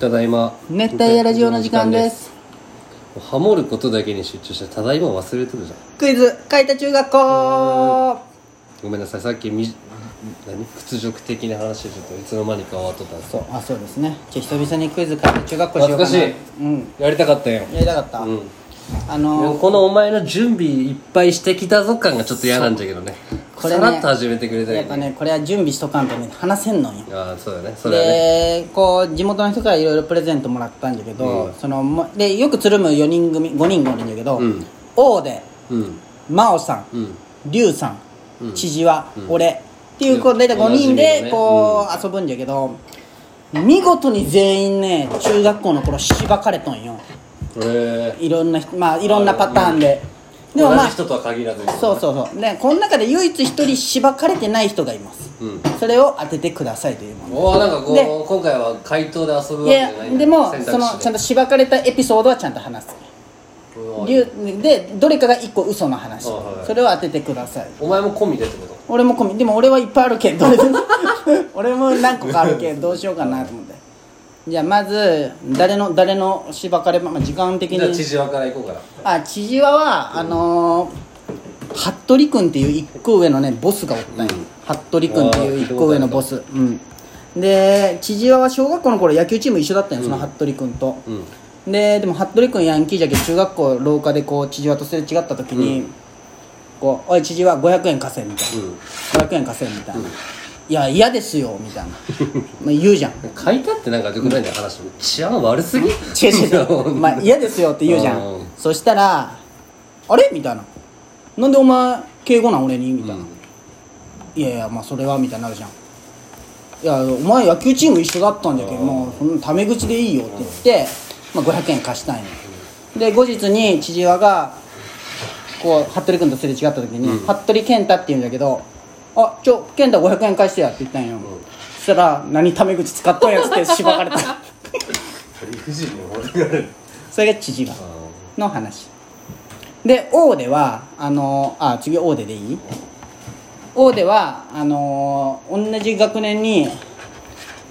ただいま熱帯夜ラジオの時間ですもうハモることだけに集中してただいま忘れてるじゃんクイズ海田中学校ごめんなさいさっきみ何屈辱的な話でちょっといつの間にか終わっとったんですそうあそうですねじゃあ久々にクイズ海田中学校しようか懐なかしいうんやりたかったよやりたかった、うんあでのもこのお前の準備いっぱいしてきたぞ感がちょっと嫌なんだけどねこれねさらっと始めてくれたやよっぱねねこれは準備しとかんとね話せんのよああそうだねそれはねでこう地元の人からいろいろプレゼントもらったんだけど、そのもでよくつるむ4人組5人がおるんだけど、ん王でうん真央さうんん龍さん千々和、俺っていうこう大体5人おなじみのでねこう遊ぶんだけど、見事に全員ね中学校の頃しばかれとんよえいろんな人まあいろんなパターンで、ー、でもま同あじ人とは限らずにそうそうそうでこの中で唯一一人しばかれてない人がいますうんそれを当ててくださいというものおおなんかこでう今回は回答で遊ぶわいけじゃやないでも選択肢そのちゃんとしばかれたエピソードはちゃんと話すうわ理由でどれかが一個嘘の話あはいそれを当ててくださいお前も込みでってこと俺も込みでも俺はいっぱいある けんどれでも俺も何個かあるけんどうしようかなと思ってじゃあまず誰の誰のしばかれまあ時間じ的ゃあ千に々和から行こうかなあ千々和はあのー服部君っていう一個上のねボスがおったんよ、服部君っていう一個上のボスうんで千々和は小学校の頃野球チーム一緒だったんよその服部君と、うんででも服部君ヤンキーじゃけど中学校廊下でこう千々和とすれ違った時に「こうおい千々和500円貸せ」みたいな、500円貸せ」みたいな「いや嫌ですよ」みたい なまあ言うじゃん書いたってなんか良くないんだよ話も治安悪すぎ 「違う違う違うまあ嫌ですよ」って言うじゃうんんそしたら「あれ?」みたいな「なんでお前敬語なん俺に?」みたいな「いやいやまあそれは」みたいになるじゃんいやお前野球チーム一緒だったんだけどもうそんなタメ口でいいよって言って、まあ、500円貸したんや、で後日に千々和がこう服部君とすれ違った時に、服部健太って言うんだけど「あちょ健太500円返してや」って言ったんよ、そしたら「何タメ口使っとんや」っつってしばか れた理不尽に俺がるそれが千々和の話でオーデはあのあ次オーデでいいオーデはあの同じ学年にんま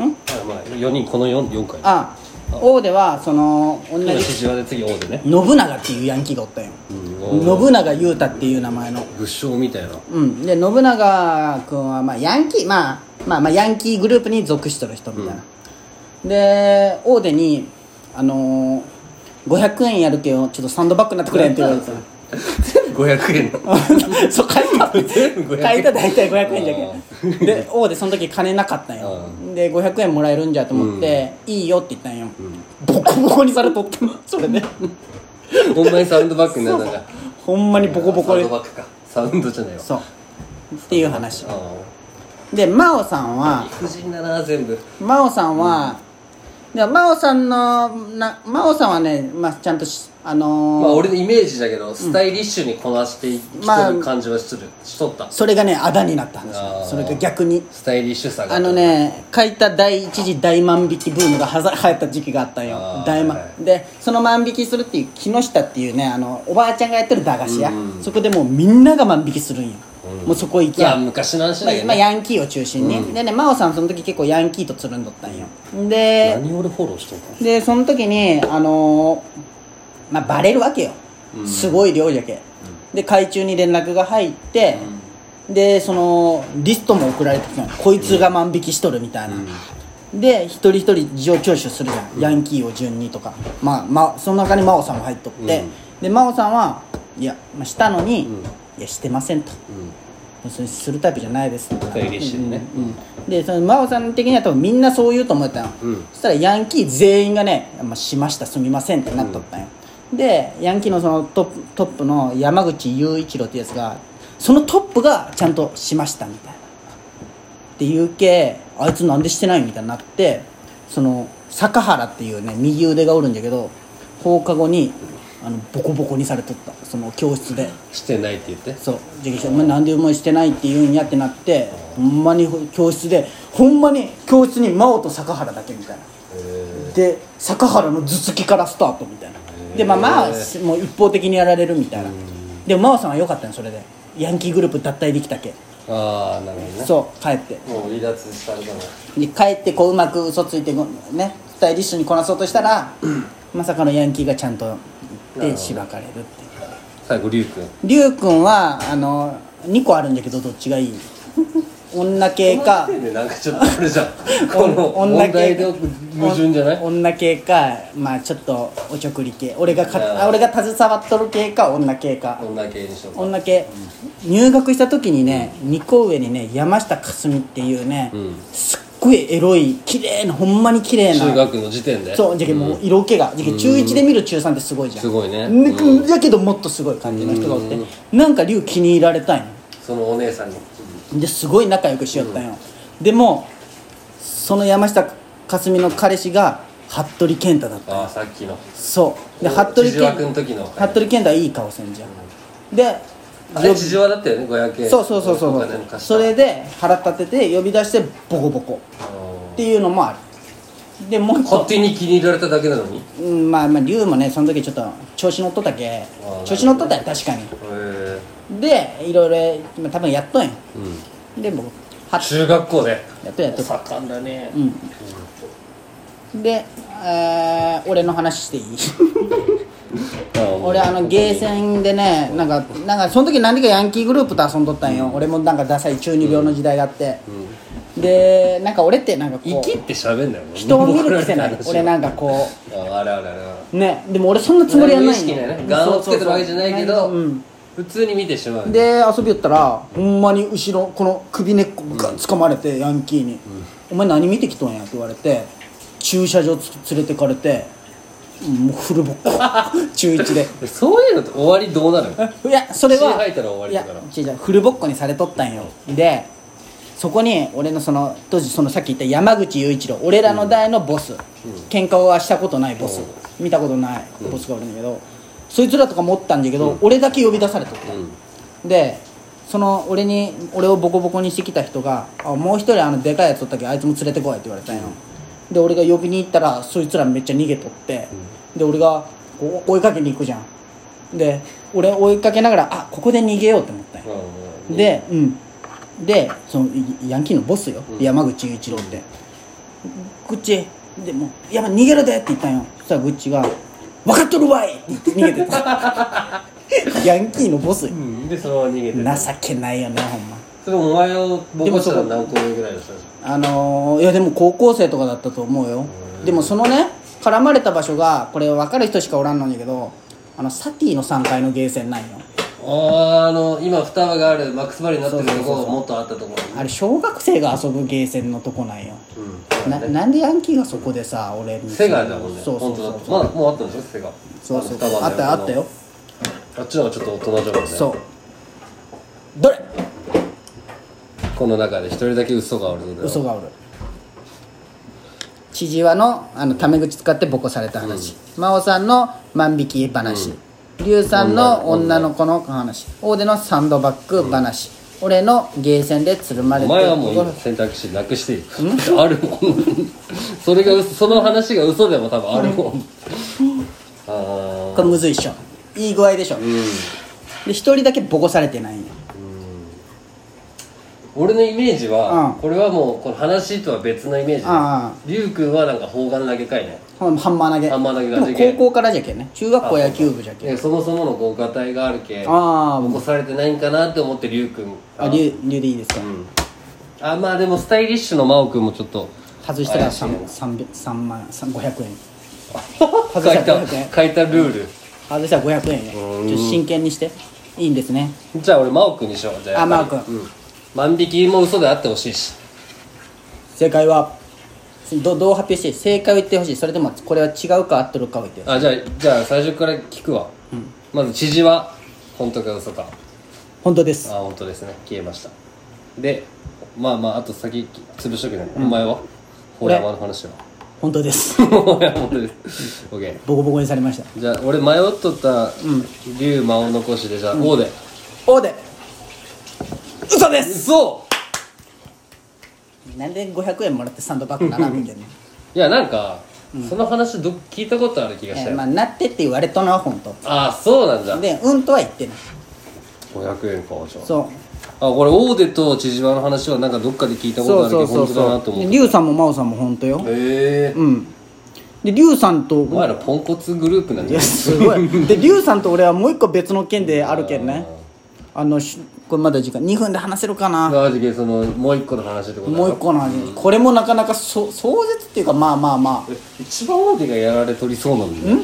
あ4人この 4, 四回あ王ではその同 今じ千々和で次王でね信長っていうヤンキーがおったんよ、うん信長雄太っていう名前の物証みたいなうんで信長君はまあヤンキー、まあ、まあまあヤンキーグループに属してる人みたいな、で王でにあのー500円やるけどちょっとサンドバッグになってくれんって言われてた500円の そう書いた全部500円書いた大体500円じゃけんで王でその時金なかったんよで500円もらえるんじゃと思って、いいよって言ったんよ、ボコボコにされとっ たのそれでほんまにサウンドバッグになるなんかほんまにボコボサコウでンドバッグかサウンドじゃないわそうっていう話あで真央さんあは理不尽だな全部真央さんは、で真央さんのな真央さんはね、まあ、ちゃんとしあのーまあ俺のイメージだけどスタイリッシュにこなしていきまとある感じはしとるしとったそれがねあだになった話あーそれが逆にスタイリッシュさがあのね書いた第一次大万引きブームがはざ流行った時期があったんよあー大万、はいでその万引きするっていう木下っていうねあのおばあちゃんがやってる駄菓子屋、そこでもうみんなが万引きするんよ、もうそこ行いきやゃ昔の話まだあけどまあねヤンキーを中心に、でね真央さんその時結構ヤンキーとつるんどったんよで何俺フォローしとったのでその時にあのーまあバレるわけよ、すごい量じゃけ、で海中に連絡が入って、でそのリストも送られてきたのこいつが万引きしとるみたいな、で一人一人事情聴取するじゃん、ヤンキーを順にとかまあまあその中に真央さんも入っとって、で真央さんはいや、まあ、したのに、いやしてませんと、それするタイプじゃないですスタイリッシュにねでその真央さん的には多分みんなそう言うと思ったの、そしたらヤンキー全員がね「まあ、しましたすみません」ってなっとったんよ、でヤンキーのそのトップトップの山口雄一郎ってやつがそのトップがちゃんと「しました」みたいなって言うけあいつなんでしてないみたいになってその坂原っていうね右腕がおるんだけど放課後にあのボコボコにされとったその教室で。してないって言ってそうじゃあお前なんでお前してないって言うんやってなってほんまに教室でほんまに教室に真央と坂原だけみたいなで坂原の頭突きからスタートみたいなでまあまあもう一方的にやられるみたいなでも真央さんは良かったよそれでヤンキーグループ脱退できたけああなるほどねそう帰ってもう離脱したんだなで帰ってこううまく嘘ついてごねタイリッシュにこなそうとしたら、まさかのヤンキーがちゃんとなるほ行ってどしばかれるっていう最後リュウ君りゅうくんはあの2個あるんだけどどっち がいい女系かこの時点でなんかちょっとあれ じゃんこおの問題で矛盾じゃないお女系かまあちょっとおちょくり系俺がかいやあ俺が携わっとる系か女系か女系にしとこう女系入学した時にね2個上にね山下かすみっていうね、んすっごいエロい綺麗なほんまに綺麗な中学の時点でそうじゃけもう色気がじゃけ中1で見る中3ってすごいじゃんすごいねねだけどもっとすごい感じの人がおってなんか龍気に入られたいそのお姉さんにのですごい仲良くしよったんよでもその山下かすみの彼氏が服部健太だったああさっきのそうで服部千々和君健の時の服部健太はいい顔せんじゃんであれ地上だったよね500円そうそうそうそお金のう貸したそれで腹立てて呼び出してボコボコあのっていうのもあるでもう一個勝手に気に入られただけなのにへうんまあまあ龍もねその時ちょっと調子乗っとったけああ調子乗っとったよ確かにえでいろいろまあ多分やっとんようんで僕は中学校でやっとやっと盛んだねうんで、えー俺の話していい俺俺あのゲーセンでねなんかなんかその時何でかヤンキーグループと遊んどったんよ、俺もなんかダサい中二病の時代があって、でなんか俺ってなんかこ生きうって喋んだよ人を見る 癖ない俺なんかかこああれあれあれうねでも俺そんなつもりはない無意識だよねガンをつけてるわけじゃないけどうん普通に見てしまうで遊びよったらほんまに後ろこの首根っこが掴まれて、ヤンキーに、お前何見てきとんや」って言われて駐車場つ連れてかれてもうフルボッコ 中1でそういうのって終わりどうなるのいやそれ血は吐いたら終わりだからいや違う違うフルボッコにされとったんよでそこに俺のその当時そのさっき言った山口雄一郎俺らの代のボス、喧嘩はしたことないボス、見たことないボスがおるんだけど、そいつらとかもおったんだけど、俺だけ呼び出されとった、でその俺に俺をボコボコにしてきた人があもう一人あのでかいやつおったけどあいつも連れてこいって言われたんよ、で俺が呼びに行ったらそいつらめっちゃ逃げとって、で俺がこう追いかけに行くじゃんで俺追いかけながらあここで逃げようって思ったんよ、うんで、うん、でそのいヤンキーのボスよ、山口雄一郎ってグッチでも「やばい逃げるで」って言ったんよそしたらグッチが「分かっとるわい!」って言って逃げてった ヤンキーのボスようんでそのまま逃げて情けないよねほんまそれお前をボコしたら何個目ぐらいの人だあのーいやでも高校生とかだったと思うよでもそのね絡まれた場所がこれ分かる人しかおらんのんやけどあのサティの3階のゲーセンなんよあーあの今双葉があるマックスバリューになってるとこもっとあったところあれ小学生が遊ぶゲーセンのとこなんようんななんでヤンキーがそこでさ俺にセガだもんねそうそうそう本当だまあもうあったんでしょセガそうそう双葉のあったあったよあっちの方がちょっと大人じゃんねそうどれこの中で一人だけ嘘があるので嘘がおる千々和のあのタメ口使ってボコされた話、真央さんの万引き話、龍さんの女の子の話大手のサンドバッグ話、俺のゲーセンでつるまれおて前はもう今選択肢なくしていいあるもんそれが嘘その話が嘘でも多分あるもんあーこれむずいっしょいい具合でしょ、で一人だけボコされてないんよ俺のイメージは、うんこれはもうこの話とは別のイメージあで龍君はなんか砲丸投げかいねほんハンマー投げハンマー投げでがもできる高校からじゃけんね中学校野球部じゃけんでそもそものこう合体があるけあ起こされてないんかなって思って龍君ああ龍龍でいいですか、あまあでもスタイリッシュの真央君もちょっと外したら怪しいね 3, 3, 3万500円 書外いしたらた500円書いたルー外したら500円ねちょっと真剣にしていいんですねルじゃあ俺真央君にしようじゃああや真央っぱり君うん万引きも嘘であってほしいし正解はどどう発表していい正解を言ってほしいそれともこれは違うか合ってるかを言ってあじゃあじゃあ最初から聞くわ、まず知事は本当か嘘か本当であす本当ですね消えましたでまあまああと先潰しとくね、お前はほうやまの話は 本当ですほうやまの話ですオッケーボコボコにされましたじゃあ俺迷っとった龍魔を残しでじゃあ王でおで嘘です嘘なんで500円もらってサンドバッグ並べてんのいやなんかその話ど聞いたことある気がしえたーよまあなってって言われとな本当ああそうなんだでうんとは言ってない500円かじゃそうああこれ王でと千々和の話はなんかどっかで聞いたこそとあうるけそどうそ本う当だなとそう思ってリュウさんも真央さんも本当よへえうんでリュウさんとお前らポンコツグループなんいじゃやないすごいでリュウさんと俺はもう一個別の件であるけんねあのしこれまだ時間2分で話せるかなマジでそのもう一個の話ってことだもう一個の話これもなかなかそ壮絶っていうかまあまあまあ一番大手がやられとりそうなんだよ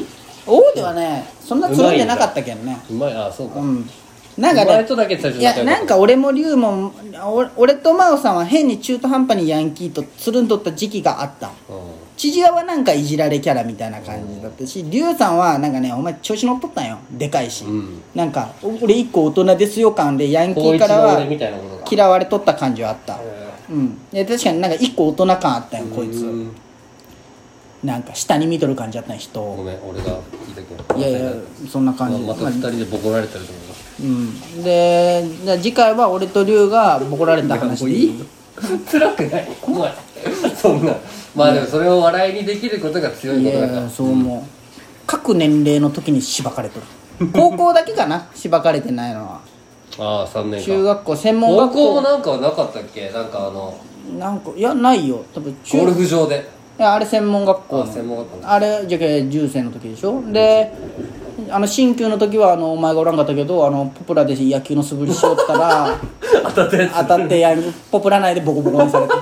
王ではねそんなつるんでなかったけんねうまいあそうか、うんなんかお前ねとだけ最初いやなんか俺も龍もお俺と真央さんは変に中途半端にヤンキーとつるんどった時期があったう父親はなんかいじられキャラみたいな感じだったし龍さんはなんかねお前調子乗っとったんよでかいし、んなんか俺一個大人ですよ感でヤンんキ高ー一からの俺みはたいなことか嫌われとった感じはあったえうんいや確かになんか一個大人感あったよこいーうつんなんか下に見とる感じだったんよ人ごをめん俺が言いたけいやいやそんなま感じまた二人でボコられてると思いますうん、でじゃあ次回は俺と龍がボコられた話でいい辛くないお前そんなまあでもそれを笑いにできることが強いいことやだいかやらそう思う、各年齢の時にしばかれとる高校だけかなしばかれてないのはああ3年中間学校専門高学校も校なんかはなかったっけなんかあのなんかいやないよ多分中ゴルフ場でいやあれ専門学校あ専門学校あれじゃけ10世の時でしょであの新旧の時はあのお前がおらんかったけどあのポプラで野球の素振りしよっ たら当たったや当たってやんポプラ内でボコボコにされて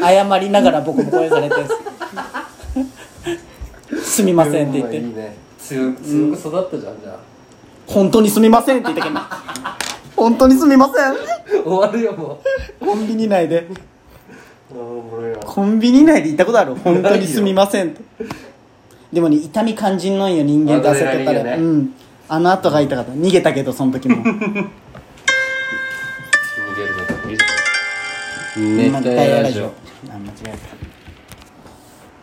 謝りながらボコボコにされて「すみません」って言っていいね強く強く育ったじゃんじゃ「本当にすみません」って言ったけど「本当にすみません」あ終わるよもコンビニ内でうもろいわコンビニ内で言ったことある本当にすみませんってでもね痛み感じんのんよ人間出せてたあそれがいいよらねうんあの後が痛かった逃げたけどその 時も逃げるのといいじゃん熱熱帯ラジオあ間違えた